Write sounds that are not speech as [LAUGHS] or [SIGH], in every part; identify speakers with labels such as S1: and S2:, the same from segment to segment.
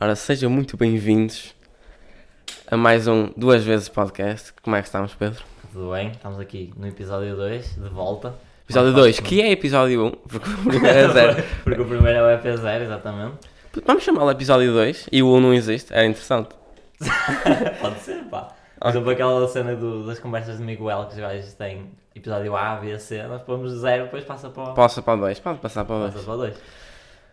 S1: Ora, sejam muito bem-vindos a mais um Duas Vezes Podcast. Como é que estamos, Pedro?
S2: Tudo bem? Estamos aqui no episódio 2, de volta.
S1: Episódio 2, que é episódio 1, um, porque [LAUGHS] o primeiro
S2: [LAUGHS]
S1: é zero.
S2: Porque o primeiro é o EP0, exatamente. [LAUGHS]
S1: Vamos chamá-lo episódio 2 e o 1 um não existe, era interessante.
S2: Pode ser, pá. Por exemplo, aquela cena do- das conversas de Miguel que os gajos têm episódio A, B, C, nós pomos de zero, depois passa para o
S1: Posso para o 2, pode passar para o É
S2: passa
S1: 2.
S2: para o 2.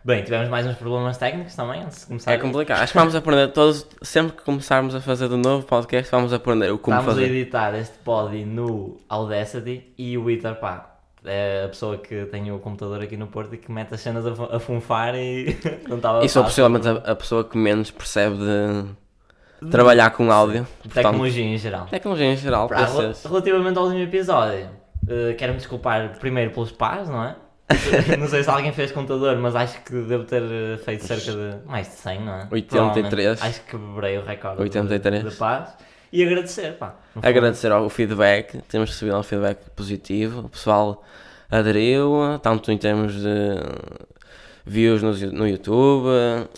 S2: Bem, tivemos mais uns problemas técnicos também antes de começar.
S1: É complicado. Acho que vamos aprender todos, sempre que começarmos a fazer de novo podcast, vamos aprender o como
S2: Estamos a
S1: fazer.
S2: editar este pod no Audacity e o Iter, pá. É a pessoa que tem o computador aqui no Porto e que mete as cenas a, fu- a funfar e [LAUGHS] não estava
S1: E sou
S2: fácil.
S1: possivelmente a, a pessoa que menos percebe de trabalhar com áudio. Portanto,
S2: Tecnologia em geral.
S1: tecnologia em geral,
S2: Pá, rel-
S1: PCs.
S2: relativamente ao último episódio, eh, quero-me desculpar primeiro pelos pás, não é? não sei se alguém fez computador, mas acho que devo ter eh, feito cerca de mais de 100, não é?
S1: 83.
S2: Provavelmente. Acho que quebrei o recorde
S1: 83.
S2: de, de paz. E agradecer, pá. No fundo,
S1: Agradecer ao feedback, temos recebido um feedback positivo, o pessoal aderiu, tanto em termos de views no, no YouTube,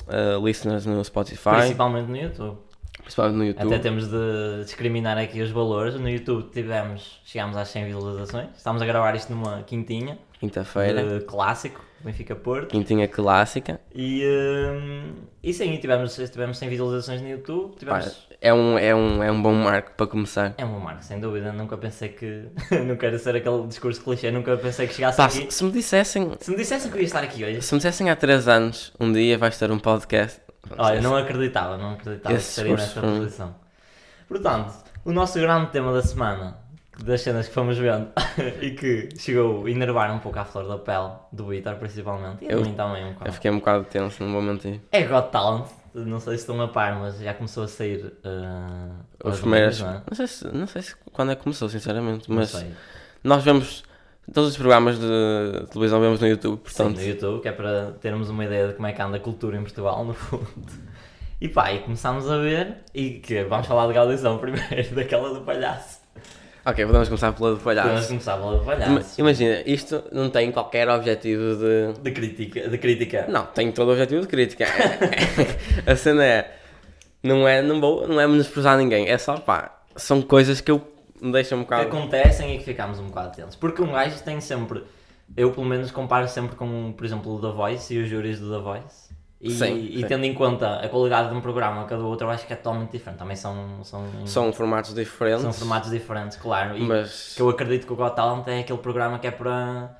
S1: eh, listeners no Spotify,
S2: Principalmente no YouTube.
S1: principalmente no YouTube.
S2: Até temos de discriminar aqui os valores. No YouTube tivemos, chegámos às 100 visualizações. Estamos a gravar isto numa quintinha
S1: Quinta-feira,
S2: de clássico, Benfica Porto.
S1: quintinha clássica.
S2: E, hum, e sim, tivemos, tivemos 100 visualizações no YouTube,
S1: Pá,
S2: tivemos...
S1: é, um, é, um, é um bom marco para começar.
S2: É uma marca, sem dúvida, nunca pensei que... [LAUGHS] não quero ser aquele discurso clichê, nunca pensei que chegasse
S1: Pá,
S2: aqui...
S1: se, se me dissessem,
S2: Se me dissessem que eu ia estar aqui hoje...
S1: se me dissessem há 3 anos, um dia vais ter um podcast.
S2: Olha, não acreditava, não acreditava que
S1: Esse
S2: estaria
S1: discurso
S2: nesta
S1: foi- um
S2: posição. Portanto, o nosso grande tema da semana, das cenas que fomos vendo [LAUGHS] e que chegou a enervar um pouco à flor da pele, do Itar principalmente, e a
S1: Eu-
S2: mim também um bocado.
S1: Eu fiquei um bocado tenso, não vou mentir.
S2: É Got Talent, não sei se estão a par, mas já começou a sair... ah,
S1: Os
S2: aos
S1: primeiros.
S2: domingos, não é?
S1: Não sei, se, não sei se quando é que começou, sinceramente, mas.
S2: Não sei.
S1: Nós vemos todos os programas de televisão vemos no YouTube,
S2: Sim,
S1: portanto.
S2: no YouTube, que é para termos uma ideia de como é que anda a cultura em Portugal, no fundo. E pá, e começámos a ver, e que vamos falar de Gaudição primeiro, [LAUGHS] daquela do palhaço.
S1: ok, podemos começar pela de
S2: Vamos
S1: palhaço.
S2: começar pela do
S1: Ima-
S2: palhaço.
S1: Imagina, isto não tem qualquer objetivo de.
S2: De crítica, de crítica.
S1: Não, tem todo o objetivo de
S2: [LAUGHS]
S1: crítica. [LAUGHS] a cena é. Não é, não vou, não é menosprezar ninguém, é só pá. São coisas que eu me deixam um
S2: que
S1: bocado.
S2: acontecem e que ficámos um bocado tensos. Porque um gajo tem sempre. Eu, pelo menos, comparo sempre com, por exemplo, o The Voice e os júris do The Voice. E,
S1: Sim,
S2: e
S1: sim.
S2: tendo em conta a qualidade de um programa, cada outro, eu acho que é totalmente diferente. Também são, são,
S1: São formatos diferentes.
S2: são formatos diferentes, claro. E
S1: Mas.
S2: que eu acredito que o Got Talent é aquele programa que é para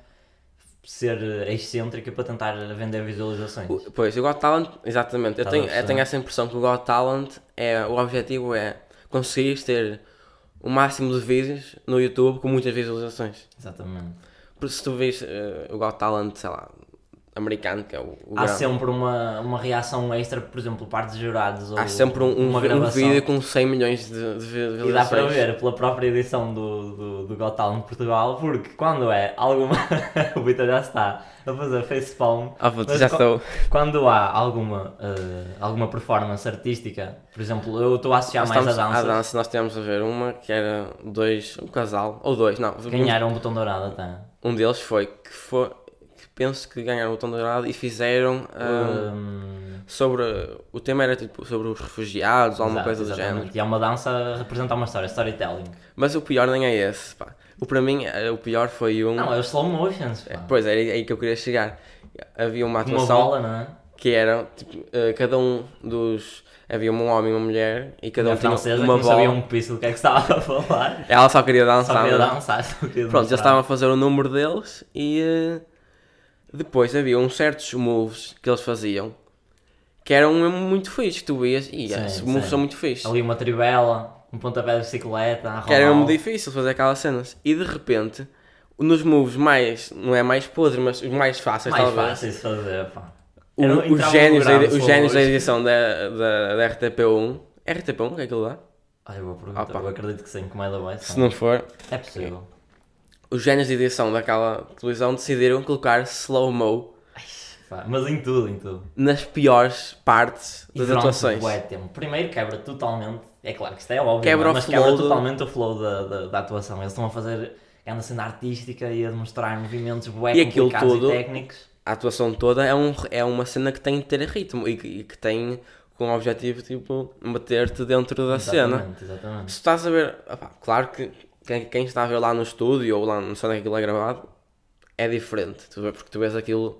S2: ser excêntrico e para tentar vender visualizações.
S1: O- Pois, o Got Talent, exatamente. Eu
S2: Tá
S1: tenho,
S2: bem,
S1: eu tenho
S2: sim.
S1: essa impressão que o Got Talent é. O objetivo é conseguir ter o máximo de vídeos no YouTube com muitas visualizações.
S2: Exatamente.
S1: Porque se tu vês eh, o Got Talent, sei lá, americano, que é o, o
S2: Há
S1: grande,
S2: sempre uma, uma reação extra, por exemplo, parte dos jurados ou
S1: há sempre um, um,
S2: uma
S1: um
S2: gravação.
S1: vídeo com 100 milhões de, de visualizações.
S2: E dá para ver pela própria edição do, do, do Got Talent Portugal, porque quando é alguma. [LAUGHS] o Vitor já está a fazer facepalm.
S1: Ah, puto,
S2: Mas
S1: já
S2: co-
S1: estou.
S2: Quando há alguma, eh, alguma performance artística, por exemplo, eu estou a associar
S1: Nós
S2: mais a
S1: estamos-
S2: dança.
S1: à dança, nós tivemos a ver uma que era dois, um casal, ou dois, não.
S2: Ganharam um botão dourado até.
S1: Um, um deles foi que foi. que Penso que ganharam o tom dourado e fizeram ah,
S2: Hum,
S1: sobre. O tema era tipo sobre os refugiados ou alguma
S2: exato,
S1: coisa do
S2: exatamente.
S1: género.
S2: E é uma dança a representar uma história, storytelling.
S1: Mas o pior nem é esse, pá. O, para mim, eh, o pior foi um.
S2: Não, é os slow motions, pá.
S1: Pois era aí que eu queria chegar. Havia uma
S2: Uma
S1: atuação
S2: bola, não é?
S1: que era tipo, eh, cada um dos. Havia um homem e uma mulher e cada
S2: Uma
S1: um tinha
S2: francesa que
S1: uma
S2: não
S1: bola.
S2: sabia um piso do que é que estava a falar.
S1: Ela só queria dançar.
S2: Só queria
S1: né?
S2: dançar, só queria
S1: Pronto, já
S2: demonstrar.
S1: estavam a fazer o número deles e eh, depois havia uns certos moves que eles faziam que eram mesmo muito fixe. que Tu vias e
S2: Sim,
S1: esses moves
S2: sim.
S1: são muito fixe.
S2: Ali uma tribela, um pontapé de bicicleta, a
S1: Que era
S2: rolar.
S1: mesmo difícil fazer aquelas cenas. E de repente, nos moves mais, não é mais podre, mas os mais fáceis
S2: Mais
S1: talvez.
S2: fácil de se fazer, pá.
S1: o-
S2: Era- um entrava
S1: os
S2: no
S1: génios, da,
S2: grau,
S1: os
S2: só
S1: génios da
S2: hoje.
S1: edição da, da, da RTP1. RTP1, o que é aquilo lá?
S2: Ai, boa pergunta.
S1: Opa.
S2: Eu acredito que sim, como é da voz.
S1: Ah, Se não for.
S2: É possível.
S1: Os génios de edição daquela televisão decidiram colocar slow-mo
S2: Pá, Mas em tudo, em tudo.
S1: nas piores partes
S2: E
S1: das
S2: durante
S1: atuações.
S2: bué tempo. Primeiro quebra totalmente, é claro que isto é óbvio,
S1: Quebra
S2: não é?
S1: o
S2: mas
S1: flow
S2: quebra
S1: do-
S2: totalmente o flow da, da, da atuação. Eles estão a fazer a cena artística e a demonstrar movimentos bué
S1: E aquilo
S2: complicados
S1: tudo-
S2: e técnicos.
S1: A atuação toda é, um, é uma cena que tem que ter ritmo e que, e que tem com o objetivo tipo meter-te dentro da cena.
S2: Exatamente, exatamente.
S1: Se estás a ver, opá, claro que quem, quem está a ver lá no estúdio ou lá no onde é que aquilo é gravado é diferente, tu vê- porque tu vês aquilo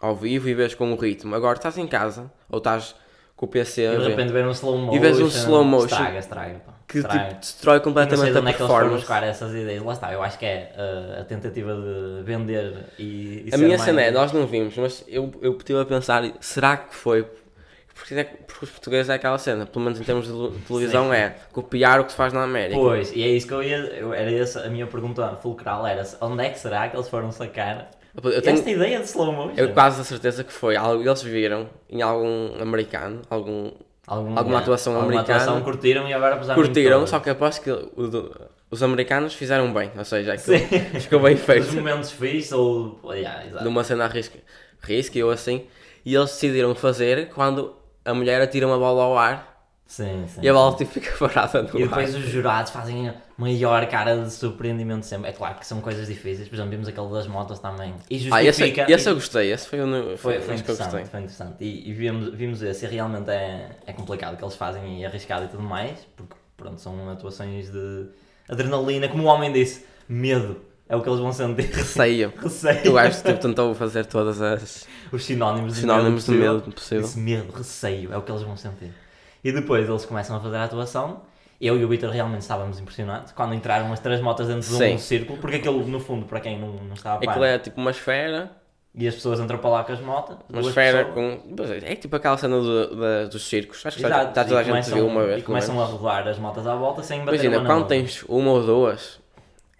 S1: ao vivo e vês com o ritmo. Agora estás em casa ou estás com o PC a
S2: E de
S1: ver,
S2: repente ver um slow motion.
S1: E vês um slow motion
S2: Estraga, estraga. Pá.
S1: que
S2: estraga.
S1: tipo, destrói
S2: não sei
S1: completamente
S2: de onde
S1: a
S2: é que eles foram
S1: performance.
S2: buscar essas ideias. Lá está, eu acho que é uh, a tentativa de vender e, e
S1: A
S2: ser
S1: minha
S2: mais-
S1: cena é, nós não vimos, mas eu, eu estive a pensar, será que foi? Porque, é, que- porque os portugueses é aquela cena, pelo menos em termos de
S2: [LAUGHS]
S1: lu- televisão, é copiar o que se faz na América.
S2: Pois, e é isso que eu ia. eu- era essa a minha pergunta fulcral: era se- onde é que será que eles foram sacar
S1: Eu, eu tenho
S2: esta ideia de slow motion?
S1: eu quase a certeza que foi algo eles viram em algum americano, algum
S2: Algum-
S1: alguma atuação
S2: alguma
S1: americana.
S2: atuação curtiram e agora puseram. em
S1: curtiram,
S2: todas.
S1: só que aposto que o do- os americanos fizeram bem, ou seja, aquilo [LAUGHS]
S2: Sim.
S1: ficou bem
S2: Os
S1: feito.
S2: momentos fixos um ou. oh, Yeah, exato.
S1: Numa cena risca, risca ou assim, e eles decidiram fazer quando a mulher atira uma bola ao ar
S2: Sim, sim.
S1: e a bola tipo, [LAUGHS] fica parada no
S2: E
S1: ar.
S2: depois os jurados fazem a maior cara de surpreendimento sempre. É claro que são coisas difíceis, por exemplo, vimos aquele das motos também. E justifica.
S1: Ah, esse, esse
S2: e-
S1: eu gostei, esse foi o nu- foi,
S2: foi, foi
S1: um dos que eu
S2: interessante,
S1: gostei.
S2: foi interessante. E, e vimos, vimos esse, e realmente é, é complicado o que eles fazem e arriscado e tudo mais, porque pronto, são atuações de adrenalina, como o homem disse, medo. É o que eles vão sentir. [LAUGHS]
S1: Receio.
S2: Receio.
S1: O gajo tipo, tentou fazer todas
S2: [LAUGHS]
S1: as
S2: Os sinónimos de
S1: sinónimos de
S2: medo. possível.
S1: medo possível.
S2: Esse medo, receio, é o que eles vão sentir. E depois eles começam a fazer a atuação. Eu e o Vitor realmente estávamos impressionados quando entraram as três motas dentro de um
S1: Sim.
S2: círculo, porque aquilo, no fundo, para quem não, não estava a par,
S1: Aquilo é tipo uma esfera,
S2: e as pessoas entram para lá com as motas,
S1: uma
S2: duas
S1: esfera
S2: pessoas,
S1: com. pois É é tipo aquela cena do- da- dos circos, acho que já-
S2: Exato,
S1: já toda
S2: e
S1: a gente
S2: começam-
S1: viu uma vez.
S2: E
S1: pelo menos.
S2: começam a rodar as motas à volta sem bater
S1: Imagina,
S2: uma na
S1: quando
S2: outra.
S1: tens uma ou duas,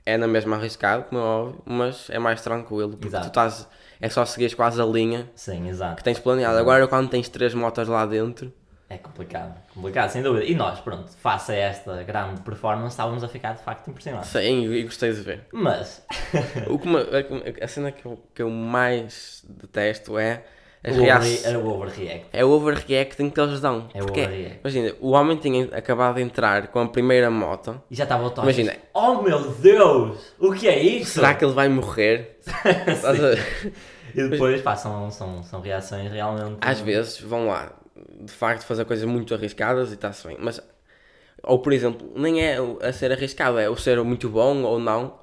S1: é na mesma arriscado, como é óbvio, mas é mais tranquilo, porque
S2: Exato.
S1: tu estás. É só seguir quase a linha
S2: Sim, exato.
S1: que tens planeado. Agora, quando tens três motas lá dentro,
S2: É complicado, complicado, sem dúvida. E nós, pronto, face a esta grande performance, estávamos a ficar de facto impressionados.
S1: sim, e gostei de
S2: [LAUGHS]
S1: ver.
S2: Mas,
S1: O que me- a- a cena que eu, que eu mais detesto é as
S2: o
S1: reações.
S2: overre- era o overreact.
S1: É o overreacting que eles dão.
S2: É o
S1: porque,
S2: overreact.
S1: imagina, o homem tinha acabado de entrar com a primeira moto.
S2: E já estava o Tochas.
S1: Imagina.
S2: Oh meu Deus! O que é isso?
S1: Será
S2: [LAUGHS]
S1: que ele vai morrer? Estás a ver?
S2: E depois, pá, são, são, são reações realmente.
S1: Às vezes vão lá, de facto, fazer coisas muito arriscadas e está-se bem. Mas, ou por exemplo, nem é o- a ser arriscado, é o ser muito bom ou não.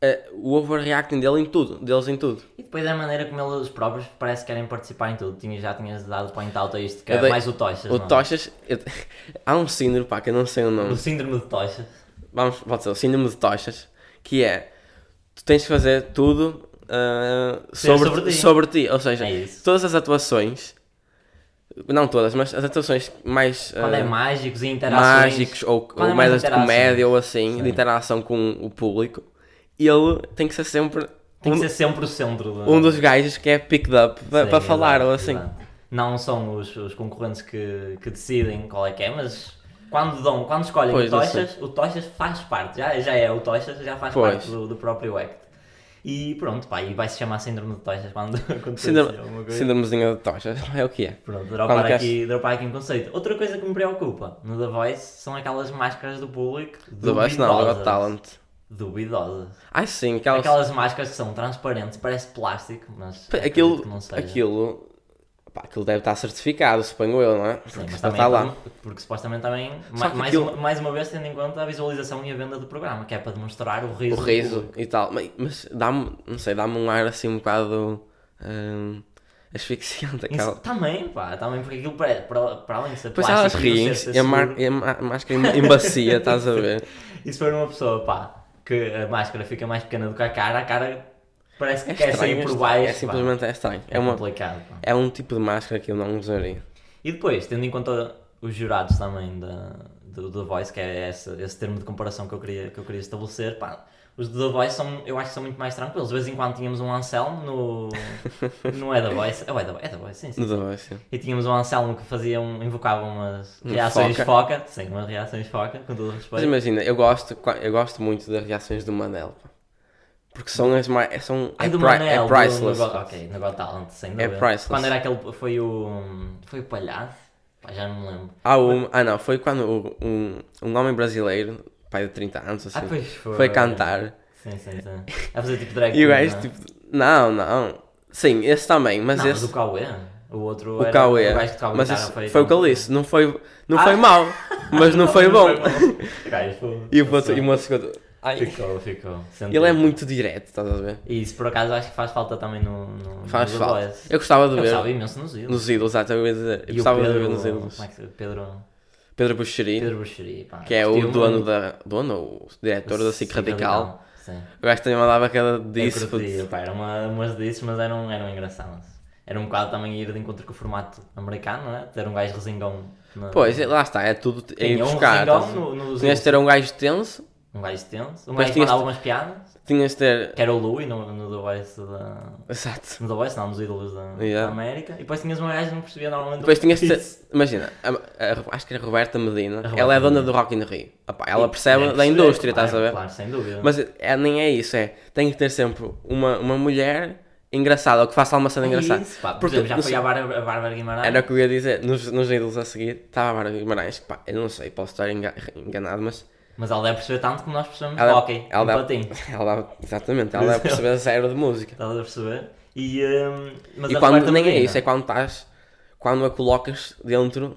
S1: É o overreacting dele em tudo, deles em tudo.
S2: E depois é a maneira como eles próprios parece que querem participar em tudo. Tinha, já tinhas dado point out a isto, que
S1: Eu
S2: é
S1: dei-
S2: mais o Tochas.
S1: O
S2: não é?
S1: Tochas. eu- [LAUGHS] há um síndrome, pá, que eu não sei o nome.
S2: O síndrome de Tochas.
S1: vamos, pode ser o síndrome de tochas, que é tu tens de fazer tudo ah,
S2: Ser
S1: sobre,
S2: é sobre ti.
S1: ti. ti, ou seja,
S2: É isso.
S1: todas as atuações, não todas, mas as atuações mais
S2: Quando
S1: ah,
S2: é mágicos e interações.
S1: mágicos ou,
S2: Quando
S1: ou
S2: é mais
S1: mais as de
S2: interações.
S1: comédia ou assim,
S2: Sim.
S1: de interação com o público, ele tem que ser sempre
S2: Tem que
S1: um,
S2: ser sempre o centro. da-
S1: um dos gajos que é picked up pa-
S2: Sim,
S1: para falar
S2: exato,
S1: ou assim.
S2: exato. Não são os, os concorrentes que, que decidem qual é que é, mas quando, dão, quando escolhem
S1: Pois,
S2: o
S1: não
S2: Tochas, o Tochas faz parte, já, já é o Tochas, já faz
S1: Pois.
S2: parte do, do próprio act. E pronto, pá, e vai-se chamar Síndrome de Tochas quando [LAUGHS] acontecer assim alguma
S1: Síndrome,
S2: é, coisa.
S1: síndromezinha de tochas, [LAUGHS] é o que é.
S2: Pronto,
S1: Quando
S2: dropar
S1: queres-
S2: aqui, dropar aqui um conceito. Outra coisa que me preocupa no The Voice são aquelas máscaras do público
S1: Do baixo não, agora
S2: duvidosas.
S1: talent.
S2: Duvidosas.
S1: Ai sim, aquelas
S2: Aquelas máscaras que são transparentes, parece plástico, mas
S1: Pá,
S2: acredito
S1: Aquilo,
S2: que não seja.
S1: aquilo, pá, aquilo deve estar certificado, suponho eu, não é?
S2: Sim,
S1: Porque
S2: mas
S1: está
S2: também,
S1: lá.
S2: Porque, porque supostamente também, ma-
S1: Só que
S2: mais,
S1: aquilo-
S2: uma, mais uma vez, tendo em conta a visualização e a venda do programa, que é para demonstrar o riso.
S1: O
S2: do
S1: riso
S2: público.
S1: e tal. Mas, mas dá-me, não sei, dá-me um ar assim um bocado hum, asfixiante.
S2: Isso-
S1: Aquela.
S2: Também, pá, também, porque aquilo para, para, para além de ser
S1: Depois elas
S2: plástico e não
S1: riem
S2: ser- ser
S1: e a, é mar,
S2: seguro,
S1: e a ma- máscara embacia, estás a ver?
S2: E se for uma pessoa, pá, que a máscara fica mais pequena do que a cara, a cara parece que
S1: É
S2: quer
S1: estranho,
S2: sair assim por
S1: isto-
S2: baixo.
S1: é
S2: pá.
S1: simplesmente é estranho.
S2: É
S1: É, uma,
S2: complicado, pá.
S1: é um tipo de máscara que eu não usaria.
S2: E depois, tendo em conta os jurados também da, do The Voice, que é esse, esse termo de comparação que eu queria, que eu queria estabelecer, pá, os do The Voice são, eu acho que são muito mais tranquilos. De vez em quando tínhamos um Anselmo
S1: [LAUGHS]
S2: no. Não é The Voice? É, o é, The, é The Voice, sim, sim.
S1: Não dou assim.
S2: E tínhamos um Anselmo que fazia um, invocava umas
S1: Um
S2: reações
S1: foca.
S2: foca. Sim, umas reações foca, com todo o
S1: Mas
S2: respeito.
S1: imagina, eu gosto, eu gosto muito das reações do Manel, pá. Porque são as mais. São, é,
S2: Ai, do
S1: pri-
S2: Manel,
S1: é
S2: do-
S1: priceless. É
S2: no Got- ok, no Got Talent, sem dúvida.
S1: priceless.
S2: Quando era aquele. Foi o. Foi o palhaço? Pá, já não me lembro.
S1: Ah, o- ah não, foi quando o- um, um homem brasileiro, pai de 30 anos, assim,
S2: Ah, pois foi.
S1: foi cantar.
S2: Sim, sim, sim. A fazer tipo drag
S1: E o
S2: queen,
S1: gajo,
S2: não é?
S1: tipo, não, não. Sim, esse também, mas
S2: não,
S1: esse.
S2: mas o Cauê? O outro
S1: O
S2: era
S1: Cauê.
S2: o gajo que tocava
S1: Mas
S2: guitarra,
S1: isso foi o que ele disse. Não foi, não
S2: Ah.
S1: foi mau, mas
S2: [LAUGHS]
S1: não foi bom. [LAUGHS]
S2: Gajo, foi-
S1: E o outro, e o outro ficou. Ai,
S2: Ficou, ficou. Senti.
S1: ele é muito direto, estás a ver?
S2: E isso por acaso acho que faz falta também no. no
S1: Faz
S2: no
S1: falta.
S2: Boys.
S1: Eu gostava de
S2: Eu
S1: ver
S2: gostava imenso nos ídolos.
S1: nos ídolos, exato. Eu ia dizer. Eu
S2: E o
S1: gostava de ver
S2: Pedro,
S1: nos ídolos.
S2: Como é que se- Pedro,
S1: Pedro Buxeri,
S2: Pedro Buxeri, pá.
S1: que é o
S2: curtiu
S1: dono
S2: muito.
S1: da. Dono, o diretor da SIC
S2: Sim, é
S1: Radical.
S2: Sim.
S1: O gajo também mandava cada
S2: Isso,
S1: disso.
S2: curtia,
S1: putz.
S2: pá, era uma, umas disso, mas eram, eram engraçadas. Era um bocado também ir de encontro com o formato americano, não é? Ter um gajo resingão. Na...
S1: Pois, lá está, é tudo é ir
S2: Tinha um
S1: buscar.
S2: resingão
S1: estás a ver?
S2: no- nos
S1: Tinhas de ter um gajo tenso,
S2: Um gajo tenso. Um
S1: Mas
S2: gajo que
S1: tinhas-
S2: mandava umas piadas.
S1: tinhas de ter. [LAUGHS]
S2: Que era o Louie no, no The Voice da...
S1: Exato.
S2: No The Voice não, nos ídolos da,
S1: Yeah.
S2: da América. E depois tinhas um gajo que não percebia normalmente
S1: Depois
S2: o
S1: tinhas de
S2: que
S1: ter,
S2: disse.
S1: Imagina, a- a- acho que era Roberta Medina.
S2: Roberta
S1: ela é dona
S2: Medina.
S1: do Rock in Rio. Opa, ela
S2: E-
S1: percebe
S2: é,
S1: da
S2: perceber,
S1: indústria,
S2: claro,
S1: estás a ver?
S2: Claro, sem dúvida.
S1: Mas é, nem é isso, é. Tem que ter sempre uma, uma mulher engraçada, ou que faça alguma cena
S2: É
S1: engraçada.
S2: isso, pá, por
S1: Porque,
S2: exemplo, já
S1: não
S2: foi
S1: sei,
S2: a Bárbara, a Bárbara Guimarães.
S1: Era o que eu ia dizer, nos, nos ídolos a seguir, estava a Bárbara Guimarães, que, pá, eu não sei, posso estar enga- enganado, mas...
S2: Mas ela deve perceber tanto como nós percebemos
S1: Ela, é-
S2: hockey.
S1: ela,
S2: um
S1: dá-
S2: patinho.
S1: [LAUGHS] ela dá- Exatamente, ela deve
S2: [LAUGHS]
S1: perceber zero de música.
S2: Estás a perceber? E, hum, mas
S1: E
S2: a
S1: quando
S2: Roberta
S1: nem é
S2: Medina-
S1: isso, é quando estás, quando a colocas dentro,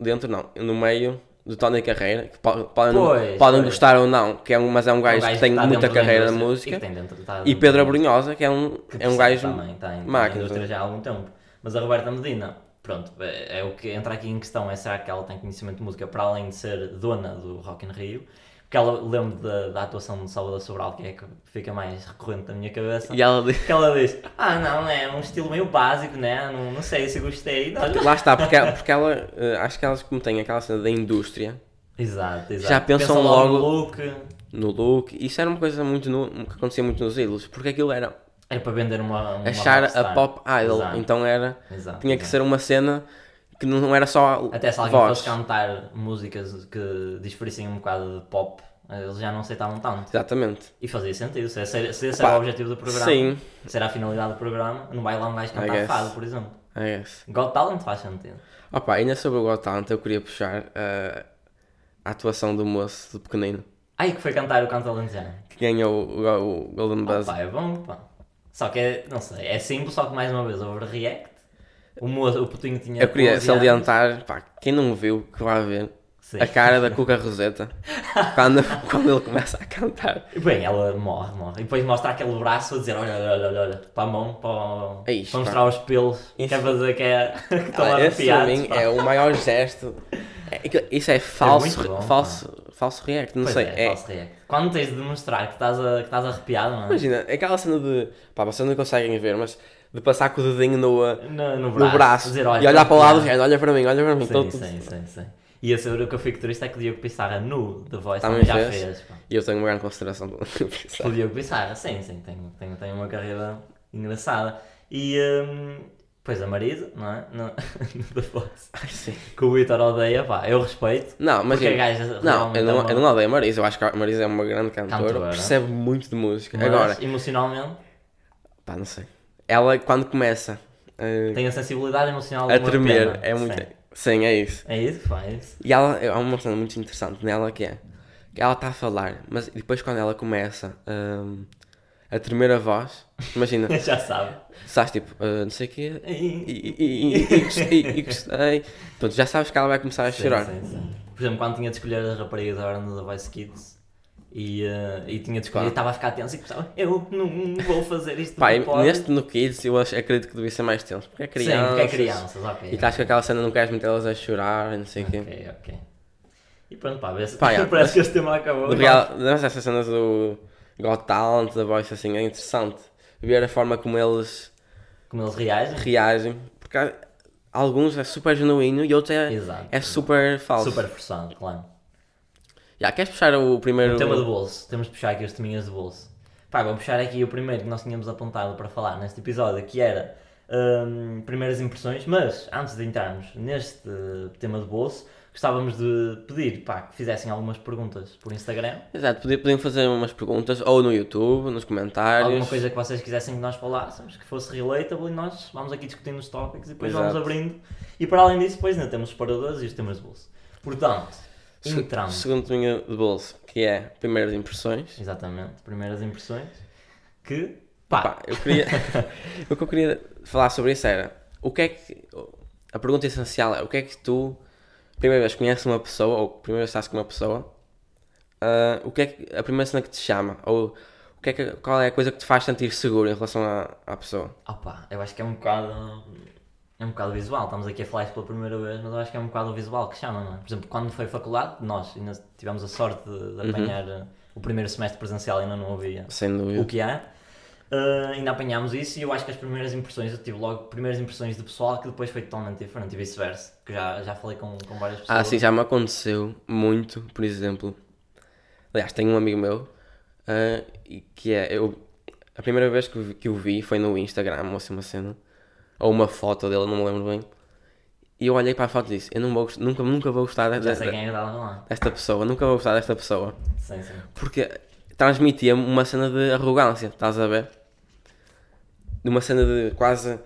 S1: dentro não, no meio do Tony Carreira, que po- podem,
S2: Pois,
S1: podem
S2: pois.
S1: gostar ou não, que é um, mas é um
S2: É um
S1: gajo, que tem
S2: tá
S1: muita
S2: dentro da
S1: carreira na
S2: indústria
S1: música,
S2: E, que tem dentro, tá
S1: e
S2: dentro
S1: Pedro
S2: da
S1: Abrunhosa, que é um,
S2: indústria,
S1: é um
S2: que
S1: gajo
S2: também tá em- tá na
S1: máquina.
S2: indústria já há algum tempo. Mas a Roberta Medina, pronto, é é o que entra aqui em questão é será que ela tem conhecimento de música para além de ser dona do Rock in Rio? Porque ela lembro da, da atuação de Salvador Sobral, que é a que fica mais recorrente na minha cabeça.
S1: E ela diz,
S2: Que ela diz, ah não, é um estilo meio básico, né? Não, não sei se gostei. Não, não."
S1: lá está, porque, porque ela, eh, acho que elas como têm aquela cena da indústria,
S2: Exato, exato.
S1: Já pensam
S2: Pensa
S1: logo-
S2: no look.
S1: no look, isso era uma coisa muito no- que acontecia muito nos ídolos, porque aquilo era
S2: Era é para vender uma. uma
S1: achar a
S2: rockstar.
S1: pop idol,
S2: Exato,
S1: então era,
S2: exato,
S1: tinha que
S2: exato.
S1: ser uma cena que não era só
S2: Até se alguém
S1: voz.
S2: fosse cantar músicas que diferissem um bocado de pop, eles já não aceitavam tanto.
S1: Exatamente.
S2: E fazia sentido, se esse, se esse
S1: Opa,
S2: era o objetivo do programa,
S1: sim.
S2: se era a finalidade do programa, não vai lá um gajo
S1: I
S2: cantar
S1: guess.
S2: fado, por exemplo.
S1: I guess.
S2: God Talent faz sentido.
S1: É Opa, ainda sobre o Got Talent, eu queria puxar eh, a atuação do moço, do pequenino,
S2: Aí que foi cantar o Canto Alentejano.
S1: que ganhou o, o- o Golden Buzz.
S2: Pá, é bom, pá. Só que é, não sei, é simples, só que mais uma vez, overreact. O, moço, o putinho tinha.
S1: eu queria
S2: 11 anos.
S1: salientar, pá, quem não viu, que vai ver,
S2: Sim.
S1: a cara da Cuca Roseta quando, [LAUGHS] quando ele começa a cantar.
S2: E Bem, ela morre, morre. E depois mostra aquele braço a dizer: olha, olha, olha, olha, para a mão, para, o-
S1: É isto,
S2: para
S1: pá.
S2: mostrar os pelos.
S1: Isso.
S2: Quer [LAUGHS] fazer que é. que estão
S1: Olha, Esse para
S2: arrepiados.
S1: mim
S2: pá.
S1: é o maior gesto. É que- isso é falso,
S2: muito bom,
S1: falso, falso react, não
S2: Pois
S1: sei.
S2: é,
S1: é-
S2: falso react. Quando tens de demonstrar que estás, a- que estás arrepiado, é? mano,
S1: imagina, aquela cena de, pá, vocês não conseguem ver, mas de passar com o dedinho no, eh,
S2: no, no
S1: no
S2: braço,
S1: braço
S2: dizer, olha,
S1: e olhar para o lado, então
S2: arrepiado.
S1: género, olha para mim, olha para mim.
S2: Sim,
S1: todo-
S2: sim, sim, sim. E a segura que eu fico triste é que o Diogo Pissarra no The Voice
S1: Também
S2: também já
S1: fez. Tá.
S2: fez. pá.
S1: E eu tenho uma grande consideração pelo
S2: O Diogo Pissarra, sim, sim, tem, tem, tem uma carreira engraçada. E. hum, pois a Marisa, não é? No, [LAUGHS] no The Voice.
S1: Ai, sim.
S2: [LAUGHS] Que o Vitor odeia, pá, eu respeito.
S1: Não, mas.
S2: Porque a
S1: eu-
S2: gaja
S1: Não,
S2: realmente
S1: eu
S2: é
S1: não,
S2: uma-
S1: eu não odeio a Marisa. Eu acho que a Marisa é uma grande cantora,
S2: Cantora.
S1: percebe muito de música.
S2: Mas,
S1: Agora,
S2: emocionalmente,
S1: pá, não sei. Ela, quando começa eh,
S2: tem a sensibilidade emocional de
S1: a
S2: uma
S1: tremer,
S2: pena.
S1: é muito.
S2: Sim.
S1: Sim. é isso.
S2: É isso [LAUGHS] que faz.
S1: E ela, há uma cena muito interessante nela que é. que Ela está a falar, mas depois quando ela começa hum, a tremer a voz, imagina,
S2: Já sabe.
S1: estás tipo, eh, não sei o quê,
S2: E-
S1: e, e, e, e, gostei, e gostei. Pronto, já sabes que ela vai começar a
S2: Sim,
S1: chorar.
S2: sim, sim. Por exemplo, quando tinha de escolher as raparigas agora no The Voice Kids e, eh, e tinha de escolher,
S1: Pá.
S2: estava a ficar tenso e pensava, eu não vou fazer isto.
S1: Pá,
S2: não pode.
S1: neste no Kids eu acho, acredito que devia ser mais tenso, porque é
S2: Sim,
S1: criança.
S2: porque é crianças, ok.
S1: E tá estás com aquela cena, não queres metê-las a chorar, e não sei o quê.
S2: Ok, ok. E pronto, pá, vê se-
S1: Pá, já,
S2: [LAUGHS] parece que este tema acabou.
S1: Do real, mas essas cenas do Got Talent, da Voice, assim, é interessante. Ver a forma como eles
S2: Como eles reagem.
S1: reagem, porque há- alguns é super genuíno e outros é,
S2: Exato.
S1: é super falso.
S2: Super forçado, claro.
S1: Já queres puxar o primeiro.
S2: O tema de bolso, temos de puxar aqui os teminhas de bolso. Pá, vou puxar aqui o primeiro que nós tínhamos apontado para falar neste episódio, que era hum, primeiras impressões, mas antes de entrarmos neste eh, tema de bolso, gostávamos de pedir pá, que fizessem algumas perguntas por Instagram,
S1: Exato, podiam- podiam fazer umas perguntas ou no YouTube, nos comentários.
S2: alguma coisa que vocês quisessem que nós falássemos, que fosse relatable e nós vamos aqui discutindo os tópicos e depois vamos
S1: Exato.
S2: abrindo. E para além disso, depois ainda temos os paradores e os temas de bolso. Portanto,
S1: Se-
S2: entramos.
S1: Segundo domingo de bolso, que é primeiras impressões.
S2: Exatamente, primeiras impressões, que pá,
S1: Pá, eu queria. o que eu queria falar sobre isso era o que é que. A pergunta essencial é: o que é que tu, primeira vez que conheces uma pessoa, ou primeira vez que estás com uma pessoa, ah, o que é que, a primeira cena que te chama? Ou o que é que, qual é a coisa que te faz sentir seguro em relação à, à pessoa?
S2: Opa, eu acho que é um bocado. É um bocado visual. Estamos aqui a falar isto pela primeira vez, mas eu acho que é um bocado o visual que chama, não é? Por exemplo, quando foi faculdade, nós ainda tivemos a sorte de, de
S1: Uhum.
S2: apanhar eh, o primeiro semestre presencial, ainda não havia
S1: Sem
S2: o
S1: dúvida.
S2: que há. Eh, ainda apanhámos isso e eu acho que as primeiras impressões, eu tive logo primeiras impressões do pessoal que depois foi totalmente diferente e vice-versa. Que já, já falei com, com várias pessoas.
S1: Ah, sim, já me aconteceu muito, por exemplo. Aliás, tenho um amigo meu ah, e que é. Eu, a primeira vez que, o vi- que o vi foi no Instagram, ou assim uma cena, ou uma foto dele, não me lembro bem. E eu olhei para a foto e disse: Eu não vou, gost- nunca, nunca vou gostar de-
S2: Já sei
S1: de-
S2: quem é que estava lá.
S1: desta pessoa, nunca vou gostar desta pessoa.
S2: Sim, sim.
S1: Porque transmitia-me uma cena de arrogância, estás a ver? De uma cena de quase,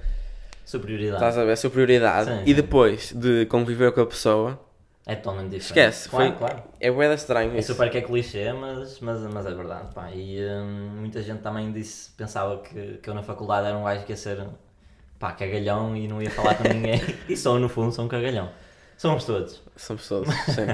S2: Superioridade.
S1: estás a ver, superioridade.
S2: Sim,
S1: E
S2: sim.
S1: depois de conviver com a pessoa,
S2: É totalmente diferente.
S1: esquece.
S2: Claro,
S1: foi,
S2: claro.
S1: É bué de estranho
S2: É
S1: isso.
S2: super que é clichê, mas, mas, mas é verdade, pá. E hum, muita gente também disse, pensava que, que eu na faculdade era um gajo que ia ser, pá, cagalhão e não ia falar
S1: [LAUGHS]
S2: com ninguém. e sou, no fundo, sou um cagalhão. Somos todos.
S1: São
S2: [LAUGHS]
S1: pessoas, sim.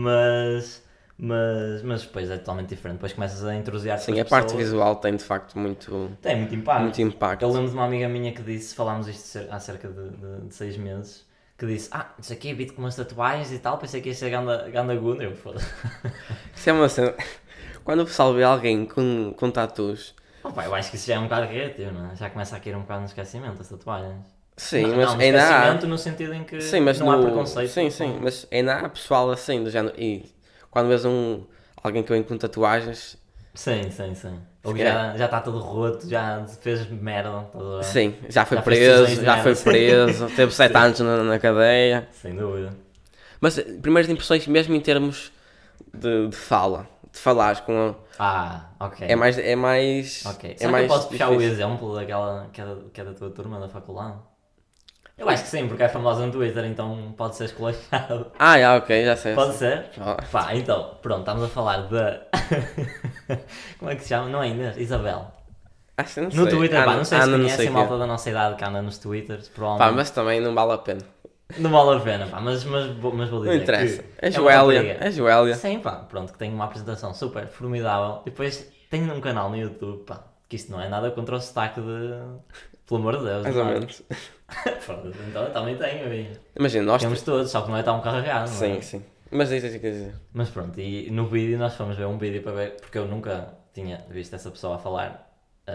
S2: Mas, mas, mas depois é totalmente diferente. Depois começas a entusiasmar
S1: Sim, a parte visual tem de facto muito,
S2: Tem muito impacto.
S1: muito impacto.
S2: Eu lembro de uma amiga minha que disse, falámos isto cer- há cerca de, de- de seis meses, que disse, ah, isso aqui é beat com umas tatuagens e tal, pensei que ia ser ganda, ganda Gunner, eu [LAUGHS] foda
S1: Isso é uma cena. [LAUGHS] Quando o pessoal vê alguém com, com tatus,
S2: Opa, eu acho que isso já é um bocado criativo, não é? Já começa a cair um bocado no esquecimento, as tatuagens.
S1: sim,
S2: não,
S1: mas
S2: não, no
S1: ainda há.
S2: esquecimento no sentido em que
S1: Sim, mas
S2: não há
S1: no-
S2: preconceito.
S1: Sim, sim, mas ainda há pessoal assim, do género. E quando vês um, alguém que vem com tatuagens,
S2: Sim, sim, sim. Ou
S1: Se
S2: já, já está todo roto, já fez merda. tá estás a ver?
S1: sim, já foi
S2: Ah. Já fez decisões
S1: preso,
S2: de
S1: já foi
S2: merda.
S1: preso,
S2: [LAUGHS]
S1: teve 7 anos na, na cadeia.
S2: Sem dúvida.
S1: Mas eh, primeiras impressões, mesmo em termos de, de fala, de falares com. a-
S2: Ah, ok.
S1: é mais. É mais.
S2: Ok.
S1: É
S2: Será
S1: mais
S2: que eu posso puxar o
S1: difícil.
S2: exemplo daquela que é, da- que é da tua turma da faculdade? Eu acho que sim, porque é famosa no Twitter, então pode
S1: [LAUGHS]
S2: ser esculachado.
S1: Ah, já, ok, já sei.
S2: Pode ser?
S1: Ah,
S2: Pá, então, pronto, estamos a falar da. [LAUGHS] Como é que se chama? Não é Inês? Isabel.
S1: Acho que não sei.
S2: No Twitter, pá,
S1: Ah,
S2: não sei
S1: ah,
S2: se
S1: não
S2: conhecem
S1: sei
S2: a
S1: quê.
S2: malta da nossa idade que anda nos Twitters,
S1: Pá,
S2: provavelmente.
S1: mas também não vale a pena.
S2: Não vale a pena, pá, mas, mas, vou- mas vou
S1: Não
S2: dizer.
S1: interessa.
S2: que
S1: É
S2: é uma
S1: Joélia.
S2: rapariga.
S1: É Joélia.
S2: Sim, pá, pronto, que tem uma apresentação super formidável. E depois tem um canal no YouTube, pá, que isto não é nada contra o sotaque de. Pelo amor de Deus,
S1: Mais
S2: não
S1: ou
S2: é?
S1: menos.
S2: [LAUGHS] Pronto, então eu também tenho, e
S1: Imagina, nós.
S2: temos todos, só que não é tão carregado. não é?
S1: Sim, sim. Mas diz diz, diz, diz.
S2: Mas pronto, e no vídeo nós fomos ver um vídeo para ver, porque eu nunca tinha visto essa pessoa a falar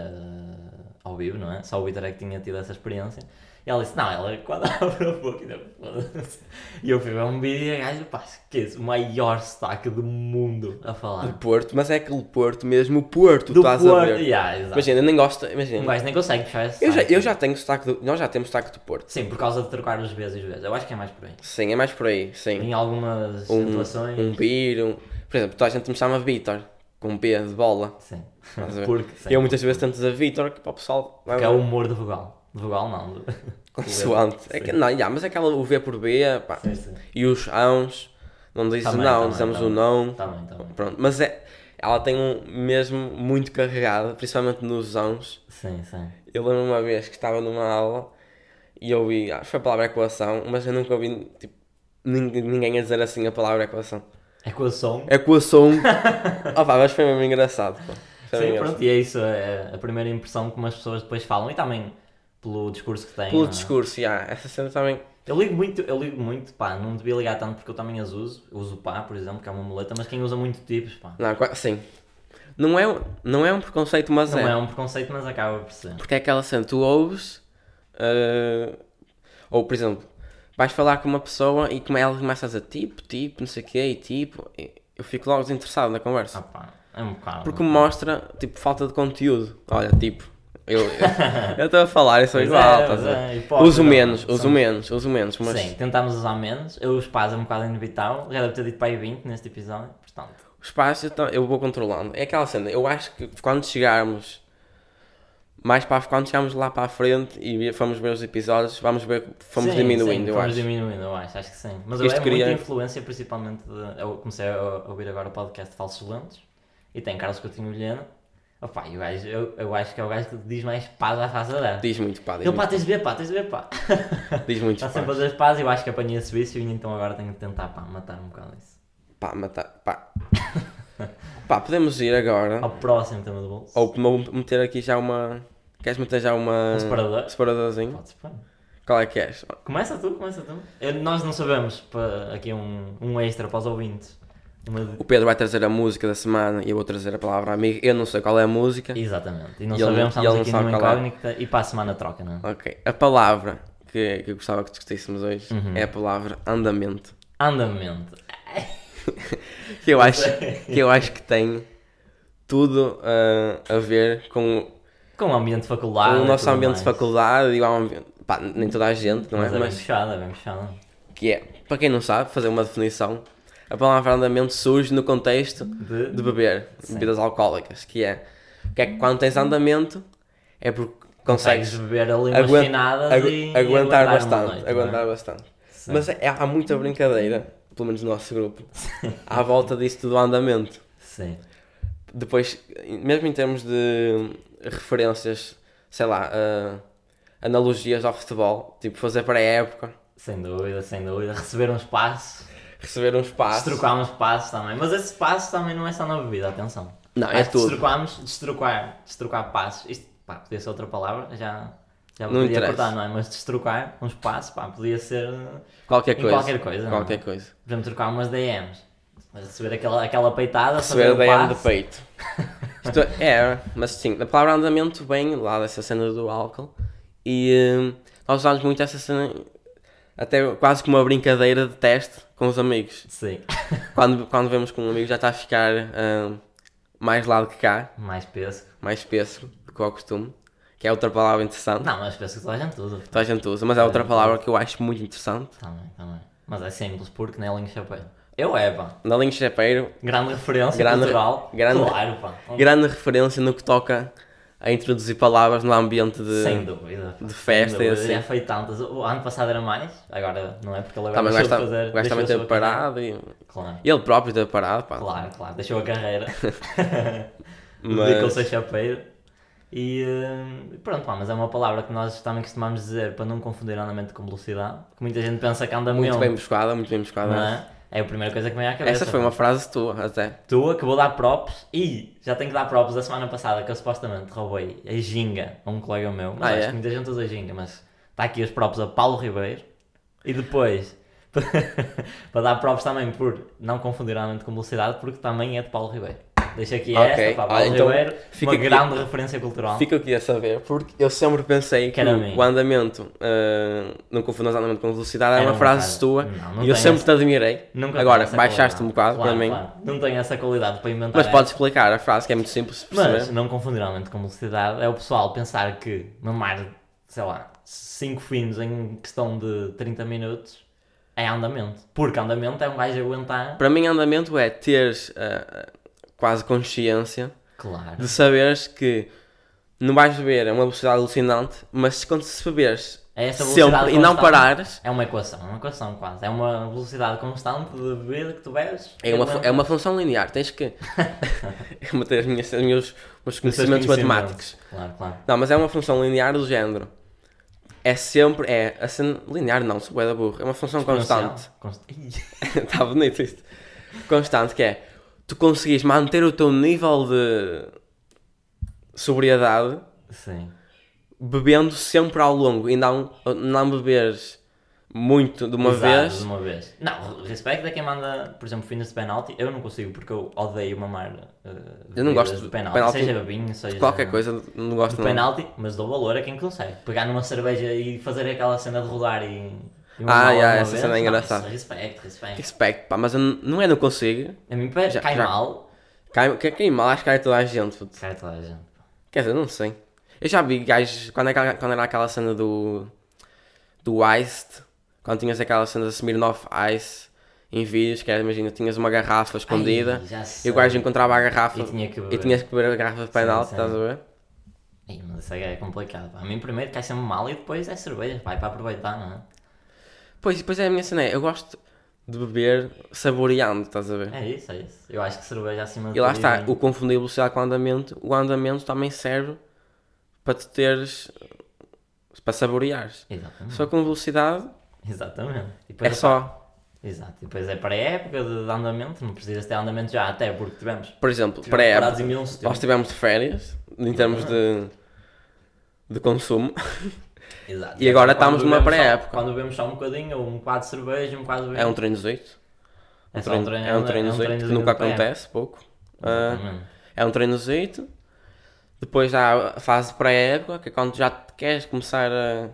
S2: ah, ao vivo, não é? Só o Vitor é que tinha tido essa experiência. E ela disse, não, ela quando [LAUGHS] abre a boca, e eu, foda-se. e eu fui ver um vídeo e a gaja, pá, esquece, o maior sotaque do mundo a
S1: Do
S2: falar.
S1: Porto, mas é aquele Porto mesmo, o Porto,
S2: Do
S1: estás a
S2: Porto,
S1: ver.
S2: yeah, exato.
S1: Imagina, eu nem gosto.
S2: Um
S1: Imagina.
S2: gajo nem consegue puxar esse
S1: Eu já,
S2: sotaque.
S1: eu já tenho sotaque do. Nós já temos sotaque do Porto.
S2: Sim, por causa de trocar os Bs e os Bs, eu acho que é mais por aí.
S1: Sim, é mais por aí, sim.
S2: Em algumas
S1: Um,
S2: situações,
S1: um bir, um... Por exemplo, toda a gente me chama Vitor, com B de bola.
S2: sim.
S1: Estás a ver?
S2: Porque, sim,
S1: eu muitas vezes tento dizer Vitor, que para o pessoal.
S2: porque é o humor do vogal. Do vogal não, do...
S1: [LAUGHS]
S2: [LAUGHS]
S1: Consoante. É que, não, já, mas é aquela o V por B, pá.
S2: Sim, sim.
S1: E os ãos, não diz o
S2: Também,
S1: não,
S2: também,
S1: dizemos o
S2: também.
S1: não.
S2: Tá bem, tá bem.
S1: Pronto, mas é, ela tem um mesmo muito carregado, principalmente nos ãos.
S2: Sim, sim.
S1: Eu lembro uma vez que estava numa aula e eu vi, acho que foi a palavra equação, mas eu nunca ouvi tipo, nin- ninguém a dizer assim a palavra equação.
S2: É com o som. [LAUGHS]
S1: Equação. Opa, mas foi mesmo engraçado. Pô. Foi
S2: Sim,
S1: mesmo
S2: pronto, e é isso. É a primeira impressão que umas pessoas depois falam e também pelo discurso que têm.
S1: Pelo
S2: não é?
S1: discurso, já, essa cena também.
S2: Eu ligo muito, eu ligo muito, pá, não devia ligar tanto porque eu também as uso. Eu uso o pá, por exemplo, que é uma muleta, mas quem usa muito tipos, pá.
S1: Não, qua- sim. Não é, um- não é um preconceito, mas
S2: Não é um preconceito, mas acaba por ser.
S1: Porque é aquela cena, tu ouves, eh, ou por exemplo, vais falar com uma pessoa e como ela começa a dizer tipo, tipo, não sei o quê, e tipo, e eu fico logo desinteressado na
S2: Ah,
S1: conversa.
S2: pá, é um bocado.
S1: Porque me mostra, tipo, falta de conteúdo. Olha, tipo, eu
S2: [LAUGHS]
S1: eu estou a falar, eu sou
S2: Pois
S1: igual,
S2: é,
S1: estás a
S2: pois
S1: ver?
S2: é, hipócrita,
S1: Uso menos,
S2: são-
S1: uso menos, uso menos, mas
S2: Sim, tentámos usar menos. Eu os pás é um bocado inevitável. Já deve ter dito pai 20 neste episódio, portanto.
S1: os pais eu, tam- eu vou controlando. É aquela cena, eu acho que quando chegarmos mais para quando chegarmos lá para a frente e vi- fomos ver os episódios, vamos ver, que fomos
S2: Sim,
S1: diminuindo,
S2: sim,
S1: eu
S2: fomos
S1: acho.
S2: diminuindo, eu acho, acho que sim. Mas
S1: Isto
S2: é
S1: cria-
S2: muita influência, principalmente. De... Eu comecei a ouvir agora o podcast de Falsos Lentos e tem Carlos Coutinho Vilhena Opa, e o gajo, eu, eu acho que é o gajo que diz mais paz à face dela.
S1: Diz muito pá, diz
S2: Ele pá,
S1: muito,
S2: tens de ver pá, tens de ver pá.
S1: diz muito
S2: Está Tá sempre a
S1: pá.
S2: fazer paz e eu acho que apanhei esse vício e então agora tenho de tentar pá, matar um bocado isso.
S1: Pá, matar, pá. pá, podemos ir agora.
S2: Ao próximo tema do bolso.
S1: Ou como eu meter aqui já uma. Queres meter já uma.
S2: Um separador?
S1: separadorzinho?
S2: Podes pôr.
S1: Qual é que és?
S2: Começa tu, começa tu. Eu- nós não sabemos, para, aqui um, um extra para os ouvintes. Uma de-
S1: O Pedro vai trazer a música da semana e eu vou trazer a palavra amiga. Eu não sei qual é a música.
S2: Exatamente. E não
S1: E ele não-
S2: sabemos,
S1: e ele
S2: estamos
S1: não
S2: aqui
S1: sabe
S2: numa
S1: qual é.
S2: incógnita e para a semana troca, não é?
S1: Ok. A palavra que, que eu gostava que discutíssemos hoje
S2: Uhum.
S1: é a palavra andamento.
S2: Andamento.
S1: Que eu
S2: [LAUGHS]
S1: acho que, eu acho que tem tudo ah, a ver com
S2: Com o ambiente de faculdade.
S1: o
S2: e
S1: nosso
S2: Ah, é tudo
S1: ambiente
S2: mais.
S1: de faculdade e o ambiente. Pá, nem toda a gente, não é?
S2: Mas é bem
S1: Mas
S2: fechado, é bem fechado.
S1: que é, para quem não sabe, fazer uma definição, a palavra andamento surge no contexto
S2: De-
S1: de beber bebidas alcoólicas, que é, que é que quando tens andamento é porque
S2: Consegues
S1: consegues
S2: beber ali umas
S1: aguent-
S2: chinadas
S1: agu-
S2: e, e
S1: aguentar
S2: uma
S1: bastante,
S2: noite, não é?
S1: aguentar bastante.
S2: Sim.
S1: Mas é- há muita brincadeira, pelo menos no nosso grupo, à volta disso do andamento.
S2: Sim.
S1: Depois, mesmo em termos de referências, sei lá, ah, analogias ao futebol, tipo fazer para a época,
S2: Sem dúvida, sem dúvida. Receber uns passos.
S1: receber um espaço.
S2: Destrocar uns passos também. Mas esse passo também não é só na bebida, atenção.
S1: Não, é
S2: Acho que
S1: tudo.
S2: Destrocarmos, destrocar, destrocar passos. Isto, pá, podia ser outra palavra, já, já
S1: Não
S2: podia
S1: interessa.
S2: cortar, não é? Mas destrocar uns passos, pá, podia ser.
S1: Qualquer
S2: Em
S1: coisa.
S2: qualquer coisa, não é?
S1: Qualquer coisa.
S2: Por exemplo, trocar umas DMs. Mas receber aquela, aquela peitada,
S1: Receber
S2: fazer um
S1: DM de
S2: passo. [LAUGHS]
S1: peito. Isto é, mas sim, a palavra andamento vem lá dessa cena do álcool e hum, nós usamos muito essa cena, até quase como uma brincadeira de teste com os amigos.
S2: Sim. [LAUGHS]
S1: Quando, quando vemos que um amigo já está a ficar hum, mais lado que cá,
S2: Mais peso.
S1: mais peso do que ao costume, que é outra palavra interessante,
S2: Não, mas peso que toda a gente usa.
S1: toda a gente usa, mas é outra palavra que eu acho muito interessante.
S2: Também, também. Mas é simples, porque nem linha chapéu. Eu é, pá.
S1: Na linha de chapeiro,
S2: Grande referência
S1: Grande-
S2: cultural.
S1: grande-
S2: Claro, pá.
S1: [LAUGHS] grande referência no que toca a introduzir palavras no ambiente de...
S2: Sem dúvida. pá.
S1: de festa
S2: Sem
S1: e
S2: dúvida.
S1: assim.
S2: Já foi tantas. O ano passado era mais, agora não é porque ele agora
S1: Também o gajo
S2: deixou
S1: tá-
S2: de fazer.
S1: o gajo também
S2: deixou
S1: teve
S2: a sua carreira.
S1: parado e
S2: Claro,
S1: ele próprio teve parado, pá.
S2: claro, claro. Deixou a carreira.
S1: Mas-
S2: Dedicou-se a chapeiro. E eh, pronto, pá, mas é uma palavra que nós também costumamos dizer para não confundir andamento com velocidade. Que muita gente pensa que andamento.
S1: Muito bem buscada, muito bem buscada.
S2: não é? É a primeira coisa que me vem à cabeça.
S1: Essa foi
S2: pá.
S1: uma frase tua, até.
S2: Tu acabou de dar props e já tenho que dar props da semana passada que eu supostamente roubei a ginga a um colega meu. Mas
S1: Ah,
S2: acho
S1: é?
S2: que muita gente usa ginga, mas está aqui os props a Paulo Ribeiro e depois [LAUGHS] para dar props também por não confundir a mente com velocidade porque também é de Paulo Ribeiro. Deixa aqui
S1: Ok.
S2: esta, pá,
S1: Ah,
S2: Paulo
S1: então
S2: Ribeiro,
S1: fica
S2: uma
S1: aqui-
S2: grande referência cultural.
S1: Fica o que ia saber, porque eu sempre pensei que
S2: era a
S1: o
S2: mim.
S1: o andamento, ah, não confundas andamento com velocidade, era,
S2: Era
S1: uma
S2: uma
S1: frase
S2: frase.
S1: tua
S2: Não, não
S1: e eu
S2: tem
S1: sempre
S2: essa-
S1: te admirei.
S2: Nunca
S1: Agora,
S2: tenho essa
S1: baixaste
S2: qualidade.
S1: um bocado
S2: Claro,
S1: para mim,
S2: claro. Não tenho essa qualidade para inventar.
S1: mas
S2: essa.
S1: podes explicar a frase que é muito simples de perceber.
S2: Mas não confundir aumento com velocidade é o pessoal pensar que mamar, sei lá, 5 finos em questão de 30 minutos é andamento. Porque andamento é um gajo aguentar.
S1: Para mim, andamento é teres ah, quase consciência
S2: Claro.
S1: de saberes que não vais beber a uma velocidade alucinante, mas se quando se beberes
S2: É essa velocidade
S1: sempre e não
S2: constante.
S1: parares,
S2: É uma equação, é uma equação quase. É uma velocidade constante de bebida que tu bebes.
S1: é uma, fu-
S2: Aguenta.
S1: é uma função linear. Tens
S2: [LAUGHS]
S1: que é uma das minhas, os meus, meus
S2: Os teus
S1: conhecimentos matemáticos.
S2: Claro, claro.
S1: Não, mas é uma função linear do género. É sempre, é, a cena- linear não, sou bué da burro, é uma função constante. [LAUGHS]
S2: Constante.
S1: Está bonito isto. Constante, que é, tu conseguires manter o teu nível de sobriedade
S2: [LAUGHS] Sim.
S1: bebendo sempre ao longo e não, não beberes muito de uma
S2: Exato,
S1: vez.
S2: De uma vez. Não, respeito a quem manda, por exemplo, finas de penalti. Eu não consigo porque eu odeio mamar. eh,
S1: Eu não gosto
S2: bebidas
S1: de penalti.
S2: Seja babinho, seja.
S1: Qualquer coisa, não gosto
S2: De
S1: não.
S2: penalti, mas dou valor a quem consegue. Pegar numa cerveja e fazer aquela cena de rodar e. e
S1: Ah,
S2: mamar
S1: yeah,
S2: uma
S1: essa
S2: vez.
S1: cena é
S2: Não,
S1: engraçada.
S2: isso, Respeito, respeito.
S1: Respect, pá, mas eu n- não é não consigo.
S2: A mim pé,
S1: Já-
S2: cai
S1: já.
S2: mal.
S1: Cai, cai, cai mal, acho que cai toda a gente. puto.
S2: Cai toda a gente.
S1: Quer dizer, não sei. Eu já vi gajos, quando, é aquela- quando era aquela cena do. do Iced, quando tinhas aquela cena da Smirnoff Ice em vídeos, que era, imagina, tinhas uma garrafa escondida
S2: Ai, já
S1: e
S2: sei.
S1: o gajo encontrava a garrafa
S2: E tinha que
S1: um e
S2: beber.
S1: tinhas que beber a garrafa de penalti,
S2: sim.
S1: estás a ver?
S2: Ai, mas isso é complicado. pá. A mim primeiro cai sempre mal e depois é cerveja. Vai para aproveitar, não é?
S1: Pois, pois é a minha cena, é, eu gosto de beber saboreando, estás a ver?
S2: É isso, é isso. Eu acho que cerveja acima de
S1: E lá
S2: tudo
S1: está,
S2: bem.
S1: o confundir velocidade com andamento, o andamento também serve para te teres. para saboreares.
S2: Exatamente.
S1: Só que com velocidade
S2: Exatamente. E depois
S1: é
S2: a-
S1: só.
S2: Exato. E depois é para a época de, de andamento, não precisas ter andamento já, até porque tivemos.
S1: Por exemplo,
S2: tivemos
S1: para a
S2: parados
S1: época,
S2: É em 1970.
S1: nós tivemos de férias, em termos de. de consumo.
S2: Exato.
S1: E agora
S2: Quando
S1: estamos numa
S2: bebemos só-
S1: pré-época.
S2: Quando bebemos só um bocadinho, ou um bocado de cerveja, um bocado de
S1: É um treino 18.
S2: É só
S1: treino- é um treino 18 que nunca
S2: pré-época.
S1: acontece, pouco. Ah,
S2: Exatamente.
S1: É um treinozinho. Depois há a fase pré-época, que é quando já te queres começar a,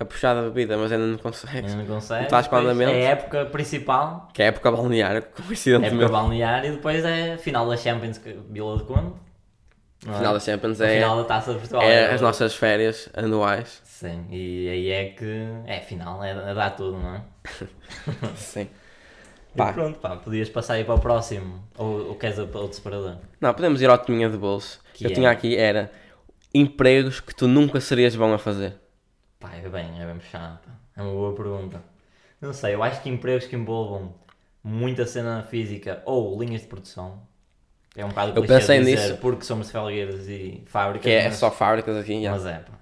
S1: a puxar da bebida, mas ainda não consegues.
S2: Ainda não consegue.
S1: estás com
S2: depois
S1: andamento.
S2: É a época principal,
S1: Que é a época [LAUGHS] balnear,
S2: é a época
S1: coincidentemente.
S2: balnear, e depois é a final da Champions que- Vila de Conde. não
S1: A
S2: é?
S1: final da Champions
S2: A
S1: é,
S2: final da Taça de Portugal.
S1: é
S2: o-
S1: as nossas férias
S2: [LAUGHS]
S1: anuais.
S2: Sim, e aí é que é final, é, é dar tudo, não é?
S1: Sim.
S2: E
S1: Pá,
S2: pronto, pá, podias passar aí para o próximo, ou, ou queres para outro separador?
S1: não, podemos ir ao Tominha de Bolso.
S2: Que
S1: Eu
S2: é?
S1: tinha aqui, era empregos que tu nunca serias bom a fazer.
S2: Pá, é bem, é bem puxado, pá. é uma boa pergunta. Não sei, eu acho que empregos que envolvam muita cena física ou linhas de produção, é um bocado
S1: Eu
S2: clichê
S1: pensei
S2: dizer,
S1: nisso.
S2: porque somos felgueiros e fábricas,
S1: Que é, é
S2: mas-
S1: só fábricas aqui. já.
S2: Mas é, pá.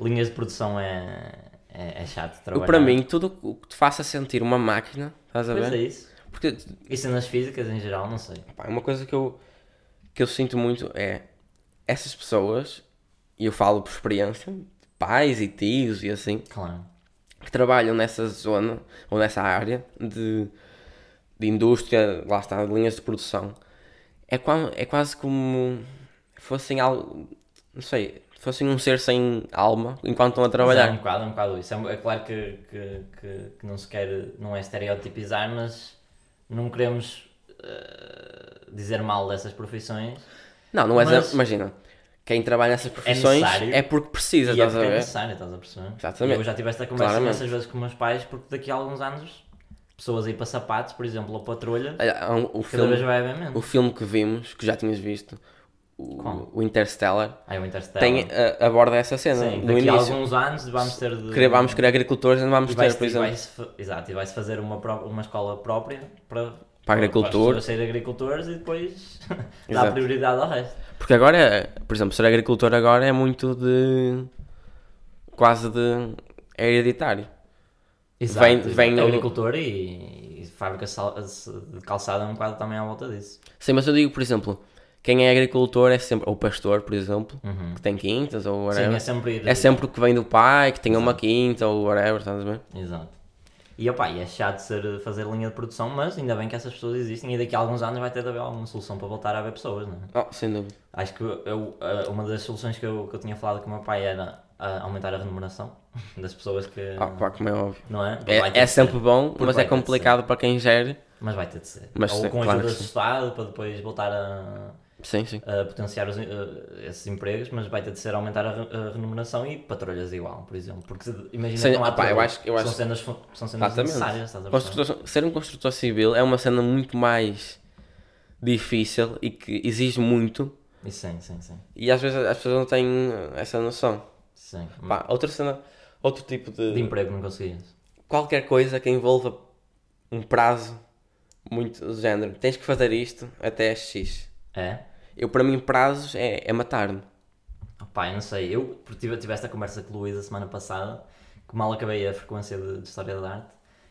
S2: Linhas de produção é, é, é chato de
S1: Eu,
S2: trabalhar.
S1: para mim, tá tudo o que te faça sentir uma máquina, estás a
S2: Pois é
S1: ver?
S2: isso.
S1: Porque
S2: E cenas físicas em geral, não sei.
S1: Pá, uma coisa que eu, que eu sinto muito é essas pessoas, e eu falo por experiência, pais e tios e assim,
S2: Claro.
S1: que trabalham nessa zona ou nessa área de, de indústria, lá está, de linhas de produção, é, qua- é quase como fossem algo, não sei, fossem um ser sem alma enquanto estão a
S2: Mas É um
S1: trabalhar.
S2: bocado, é um bocado isso. É, é claro que, que, que, que não se quer, não é estereotipizar, mas não queremos eh, dizer mal dessas profissões.
S1: Não, não é,
S2: Mas-
S1: imagina, quem trabalha nessas profissões
S2: necessário.
S1: é, porque precisa,
S2: e é
S1: estás a
S2: porque é
S1: ver?
S2: necessário, estás a perceber?
S1: Exatamente.
S2: Eu já tive esta conversa
S1: Claramente.
S2: imensas vezes com meus pais, porque daqui a alguns anos, pessoas aí para sapatos, por exemplo, ou para trolhas,
S1: Olha, há um- o
S2: cada
S1: filme
S2: vez vai haver menos.
S1: O filme que vimos, que já tinhas visto,
S2: Qual?
S1: o, o Interstellar,
S2: Aí o Interstellar.
S1: tem, a- aborda essa cena
S2: Sim,
S1: no
S2: daqui a
S1: início.
S2: alguns anos vamos ter de.
S1: Querer- vamos querer agricultores, não vamos
S2: e
S1: ter,
S2: vai-se-
S1: por
S2: e
S1: exemplo.
S2: vai-se fa- exato, e vai-se fazer uma, pró- uma escola própria para,
S1: agricultor.
S2: para as pessoas serem agricultores e depois [LAUGHS] dá
S1: Exato.
S2: prioridade ao resto.
S1: Porque agora, é- por exemplo, ser agricultor agora é muito de. quase de. é hereditário.
S2: Exato,
S1: Vem-
S2: exato.
S1: vem o-
S2: agricultor e, e fábrica sal- de calçada é um bocado também à volta disso.
S1: Sim, mas eu digo, por exemplo, quem é agricultor é sempre. ou pastor, por exemplo,
S2: Uhum.
S1: que tem quintas ou
S2: Sim, é
S1: whatever.
S2: sempre ir.
S1: é sempre o que vem do pai, que tem uma quinta ou whatever, estás a ver?
S2: Exato. E opá, e é chato ser, fazer linha de produção, mas ainda bem que essas pessoas existem e daqui a alguns anos vai ter de haver alguma solução para voltar a haver pessoas, não é?
S1: Oh, sem dúvida.
S2: Acho que eu, eh, uma das soluções que eu, que eu tinha falado com o meu pai era ah, aumentar a remuneração [LAUGHS] das pessoas que.
S1: Ah, pá, como é óbvio.
S2: Não é? Mas vai ter
S1: É, é
S2: de ser.
S1: sempre bom,
S2: Porque
S1: mas
S2: vai
S1: é
S2: ter de ser.
S1: complicado para quem gere.
S2: Mas vai ter de ser.
S1: Mas
S2: Ou
S1: sim,
S2: com a
S1: claro
S2: ajuda
S1: que
S2: do Estado para depois voltar a,
S1: Sim, sim.
S2: a potenciar os, eh, esses empregos, mas vai ter de ser aumentar a, re- a remuneração e patrulhas igual, por exemplo. Porque se- imagina
S1: Sim,
S2: que não há
S1: opá, eu
S2: patrulhas.
S1: acho que- eu
S2: são
S1: acho-
S2: cenas, fu- são cenas necessárias, é estás a
S1: Exatamente.
S2: perceber?
S1: Construtor- ser um construtor civil é uma cena muito mais difícil e que exige muito
S2: E sim, sim, sim.
S1: e às vezes as pessoas não têm essa noção.
S2: sim.
S1: Pá, outra cena, outro tipo de,
S2: De emprego não conseguias.
S1: qualquer coisa que envolva um prazo muito do género. Tens que fazer isto até X.
S2: É?
S1: Eu para mim prazos é, é matar-me.
S2: Pá, eu não sei, eu porque tive, tive esta conversa com o Luís a semana passada, que mal acabei a frequência de, de História da Arte,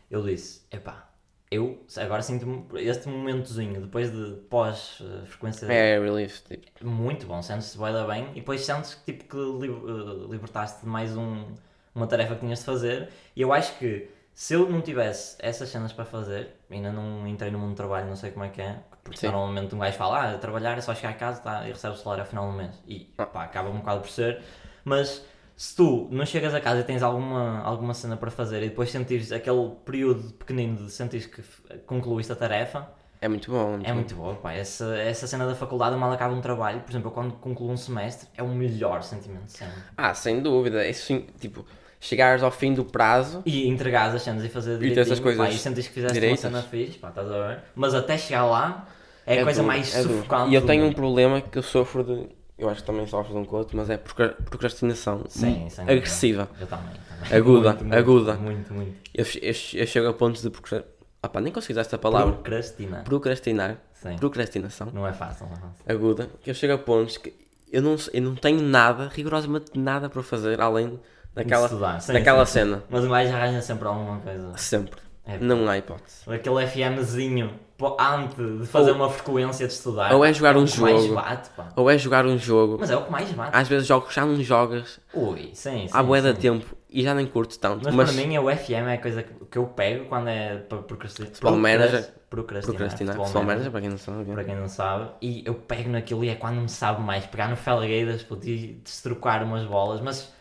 S2: eu disse, epá, eu agora sinto-me, este momentozinho, depois de eh, pós-frequência,
S1: É relief. Tipo.
S2: muito bom, sentes-te bué da bem, e depois sentes que, tipo, que li- eh, libertaste de mais um, uma tarefa que tinhas de fazer, e eu acho que se eu não tivesse essas cenas para fazer, ainda não entrei no mundo do trabalho, não sei como é que é, porque
S1: Sim.
S2: normalmente um gajo fala, ah, trabalhar é só chegar a casa tá, e recebe o salário ao final do mês, e pá, acaba um bocado por ser, mas se tu não chegas a casa e tens alguma, alguma cena para fazer e depois sentires aquele período pequenino de sentires que f- concluíste a tarefa,
S1: É muito bom.
S2: é muito boa, pá. Essa, essa cena da faculdade, mal acaba um trabalho, por exemplo, eu quando concluo um semestre, é o melhor sentimento sempre.
S1: Ah, sem dúvida. Isso, sim, tipo, chegares ao fim do prazo
S2: E entregares as cenas e fazer
S1: ter
S2: direitinho,
S1: essas coisas
S2: pá, e sentes que fizeste
S1: direitas.
S2: uma cena fixe, pá, estás a ver? Mas até chegar lá, é, a coisa
S1: duro,
S2: mais
S1: é duro.
S2: sufocante.
S1: E eu
S2: do
S1: tenho um
S2: mundo.
S1: problema que eu sofro de. Eu acho que também sofro de um coto, mas é procra- procrastinação
S2: Sim, é sem dúvida.
S1: agressiva.
S2: Eu também, também.
S1: Aguda, aguda.
S2: Muito, muito.
S1: Eu, che- eu che- eu chego a pontos de procrastinar. Opa, nem consegui usar esta palavra.
S2: Procrastinar.
S1: Procrastinar.
S2: Sim.
S1: Procrastinação.
S2: Não é fácil, não é fácil.
S1: aguda que eu chego a pontos que eu não, eu não tenho nada, rigorosamente nada para fazer além daquela,
S2: estudar, sim,
S1: daquela
S2: sim, sim.
S1: cena.
S2: Mas o gajo arranja sempre alguma coisa.
S1: Sempre.
S2: É.
S1: Não há hipótese.
S2: Aquele FMzinho po- antes de fazer uma frequência de estudar.
S1: ou é jogar um
S2: o que mais
S1: jogo.
S2: bate, pá.
S1: Ou é jogar um jogo,
S2: Mas é o que mais bate.
S1: às vezes jogos já não jogas
S2: Ui, sim, sim.
S1: há bué de
S2: sim.
S1: tempo e já nem curto tanto.
S2: Mas,
S1: Mas,
S2: para mim, é o FM é a coisa que que eu pego quando é para procrastinar.
S1: Futebol manager.
S2: Procrastinar.
S1: procrastinar,
S2: Futebol
S1: futebol manager,
S2: manager,
S1: para quem não sabe.
S2: Para quem não sabe. E eu pego naquilo e é quando me sabe mais. Pegar no Felgueiras puto, e destrocar umas bolas. Mas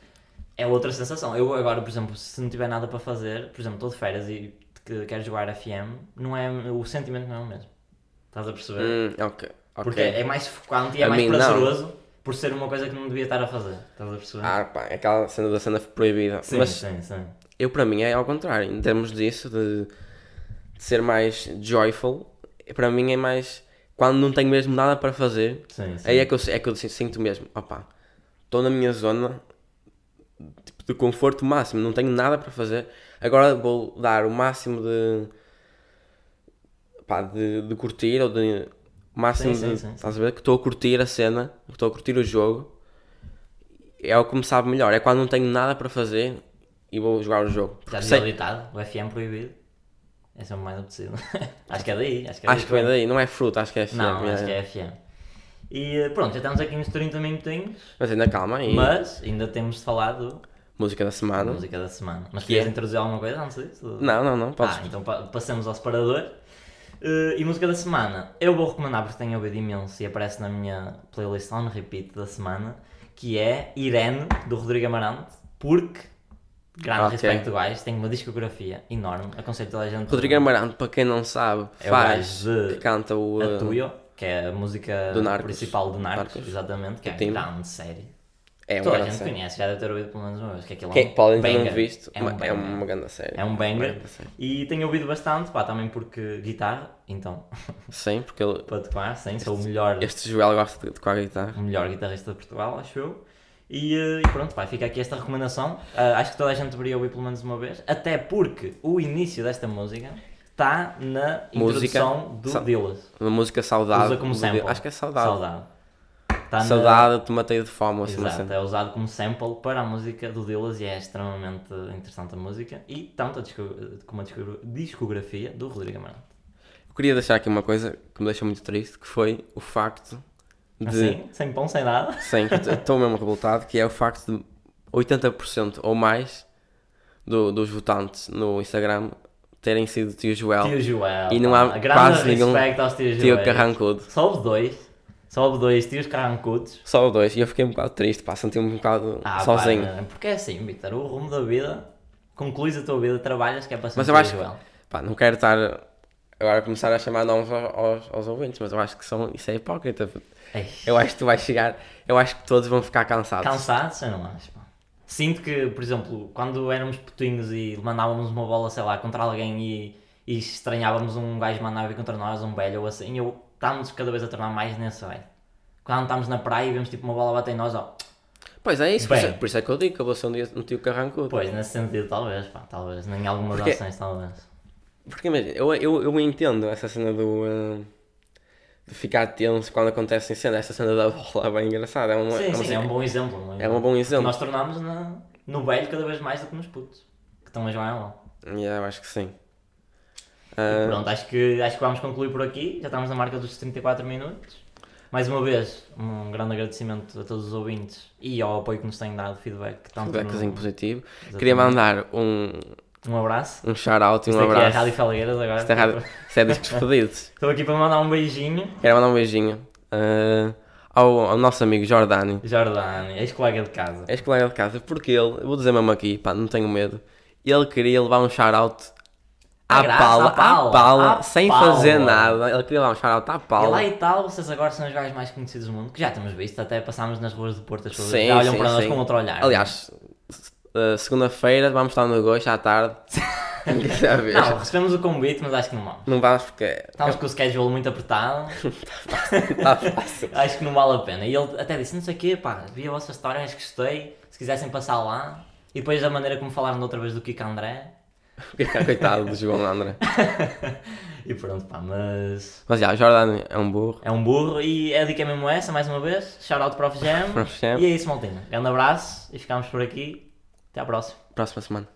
S2: é outra sensação. Eu agora, por exemplo, se não tiver nada para fazer, por exemplo, estou de férias e que- quero jogar FM, não é, o sentimento não é o mesmo. Estás a perceber?
S1: Hum, ok. ok.
S2: Porque é mais focante e é
S1: A
S2: mais
S1: mim, não.
S2: prazeroso por ser uma coisa que não devia estar a fazer. Estás a perceber?
S1: Ah, pá, é aquela cena da cena proibida.
S2: sim,
S1: Mas
S2: sim, sim.
S1: eu, para mim, é ao contrário. Em termos disso, de, de ser mais joyful, para mim é mais. Quando não tenho mesmo nada para fazer,
S2: Sim, sim.
S1: Aí é que eu, é que eu sinto- sinto mesmo, opá, estou na minha zona tipo, de conforto máximo, não tenho nada para fazer, agora vou dar o máximo de, pá, de, de curtir, ou de máximo
S2: Sim, sim,
S1: de,
S2: sim, sim.
S1: estás a ver, que estou a curtir a cena, que estou a curtir o jogo, é o que me sabe melhor, é quando não tenho nada para fazer e vou jogar o jogo,
S2: Está
S1: porque sei,
S2: desabilitado, o FM proibido. É sempre mais apetecido. [LAUGHS] acho que é daí. Acho que é daí
S1: acho que vem daí, não é fruto, acho que é
S2: Não,
S1: fiel,
S2: acho
S1: é.
S2: que é FM. E eh, pronto, já estamos aqui nos 30 minutinhos,
S1: mas ainda calma aí,
S2: mas ainda temos de falar do
S1: música da
S2: da
S1: semana,
S2: música da semana. Mas
S1: Hum? Que
S2: querias
S1: é?
S2: introduzir alguma coisa antes disso?
S1: não, não, não, podes,
S2: Ah, então pa- passamos ao separador. Eh, e música da semana, eu vou recomendar porque tenho ouvido imenso e aparece na minha playlist on repeat da semana, que é Irene, do Rodrigo Amarante, porque, grande
S1: Ok.
S2: respeito do gajo, tem uma discografia enorme, aconselho toda a gente.
S1: Rodrigo Amarante, para quem não sabe,
S2: É o
S1: faz,
S2: gajo de
S1: que canta o...
S2: a
S1: uh,
S2: Tuyo, que é a música
S1: Do Narcos.
S2: principal do Narcos,
S1: Narcos.
S2: exatamente, que é
S1: Tim.
S2: grande série.
S1: é uma
S2: Toda a
S1: grande
S2: gente
S1: série.
S2: conhece, já deve ter ouvido pelo menos uma vez, que aquilo é
S1: Quem
S2: um
S1: podem ter
S2: banger.
S1: não visto,
S2: É um
S1: mas é
S2: banger.
S1: uma grande série.
S2: É um banger
S1: grande série.
S2: e tenho ouvido bastante, pá, também porque guitarra, então, [LAUGHS]
S1: Sim, porque ele-
S2: para tocar, sim, sou o melhor,
S1: este Joel gosta de tocar guitarra.
S2: o melhor guitarrista de Portugal, acho eu. E, eh, e pronto, vai fica aqui esta recomendação. Ah, acho que toda a gente deveria ouvir pelo menos uma vez, até porque o início desta música está na
S1: Música.
S2: introdução do
S1: Sa-
S2: Dillas.
S1: Uma música saudade.
S2: Usa como
S1: do dia-
S2: sample.
S1: Acho que é saudade.
S2: Saudade. Tá na-
S1: Saudade, te matei de fome, assim, uma
S2: Exato,
S1: cena.
S2: é usado como sample para a música do Dillas e é extremamente interessante a música e tanto a disco- como a disco- discografia do Rodrigo Amarante.
S1: Eu queria deixar aqui uma coisa que me deixa muito triste, que foi o facto de...
S2: Assim, sem pão, sem nada.
S1: Sim, que estou mesmo revoltado, que é o facto de 80% ou mais do- dos votantes no Instagram terem sido tio Joel.
S2: Tio Joel.
S1: E não há
S2: pá,
S1: quase nenhum
S2: respeito aos tios
S1: Tio
S2: Joel.
S1: Carrancudo.
S2: Só houve dois. Só houve dois tios carrancudos.
S1: Só o dois. E eu fiquei um bocado triste, pá. Senti-me um bocado
S2: Ah, pá,
S1: sozinho.
S2: não, porque é assim, Vitor, o rumo da vida, concluís a tua vida, trabalhas, que é para ser
S1: Mas
S2: um
S1: eu
S2: tio
S1: acho que-
S2: Joel.
S1: Pá, não quero estar agora a começar a chamar nomes aos, aos- aos ouvintes, mas eu acho que são, isso é hipócrita.
S2: Ei,
S1: Eu acho que tu vais chegar, eu acho que todos vão ficar cansados.
S2: Cansados, eu não acho, pá. Sinto que, por exemplo, quando éramos putinhos e mandávamos uma bola, sei lá, contra alguém e, e estranhávamos um gajo mandar vir contra nós, um velho ou assim, eu estamos cada vez a tornar mais nesse velho. Quando estamos na praia e vemos tipo uma bola bater em nós, ó,
S1: Pois é isso, por
S2: Bem.
S1: isso, por isso é que eu digo que eu vou ser um dia um tio carrancudo.
S2: pois, nesse sentido, talvez, pá, talvez, nem algumas
S1: Porque-
S2: ações, talvez.
S1: Porque imagina, eu, eu, eu entendo essa cena do. ah, de ficar tenso quando acontece em cena. Essa cena da bola é bem engraçada. É uma,
S2: sim,
S1: é uma
S2: sim, é um bom exemplo. não
S1: é um bom exemplo.
S2: Nós tornámos na- no velho cada vez mais do que nos putos, que é estão a jogar a bola.
S1: Yeah, eu acho que sim. Ah,
S2: E Pronto, acho que, acho que vamos concluir por aqui. Já estamos na marca dos 34 minutos. Mais uma vez, um grande agradecimento a todos os ouvintes e ao apoio que nos têm dado, feedback. Tanto
S1: Feedbackzinho
S2: no-
S1: positivo. Queria mandar um,
S2: Um abraço.
S1: um shout-out e um
S2: Isto aqui é a
S1: abraço.
S2: Rádio Felgueiras agora.
S1: Isto é rádio- isto é discos fodidos.
S2: Estou aqui para mandar um beijinho.
S1: Quero mandar um beijinho ah, ao, ao nosso amigo Jordani,
S2: Jordani, ex-colega de casa.
S1: ex-colega de casa, porque ele, eu vou dizer mesmo aqui, pá, não tenho medo, ele queria levar um shout-out
S2: À
S1: à,
S2: graça,
S1: Paula,
S2: à Paula,
S1: à Paula,
S2: à
S1: sem
S2: Paula.
S1: fazer nada, ele queria levar um shout-out à
S2: E lá
S1: Paula.
S2: e tal, vocês agora são os gajos mais conhecidos do mundo, que já temos visto, até passámos nas ruas do Porto, as pessoas
S1: Sim,
S2: já olham
S1: sim,
S2: para nós
S1: sim.
S2: com outro olhar.
S1: Aliás, s- ah, segunda-feira vamos estar no gosto à
S2: [LAUGHS]
S1: tarde, ninguém sabe.
S2: não, recebemos o convite, mas acho que não vamos.
S1: Não vamos porque
S2: Estamos com o schedule muito apertado.
S1: está fácil.
S2: Acho que não vale a pena. E ele até disse: não sei o quê, pá, vi a vossa história, acho que gostei. Se quisessem passar lá. E depois da maneira como falaram da outra vez do Kiko André,
S1: Coitado do João André.
S2: E pronto, pá, mas.
S1: Mas já, Jordan é um burro.
S2: É um burro e a dica é mesmo essa, mais uma vez. Shout out Prof.
S1: [LAUGHS]
S2: Jam.
S1: Prof. Jam.
S2: E é isso, maltinha. Grande abraço e ficamos por aqui. Até à próxima.
S1: Próxima semana.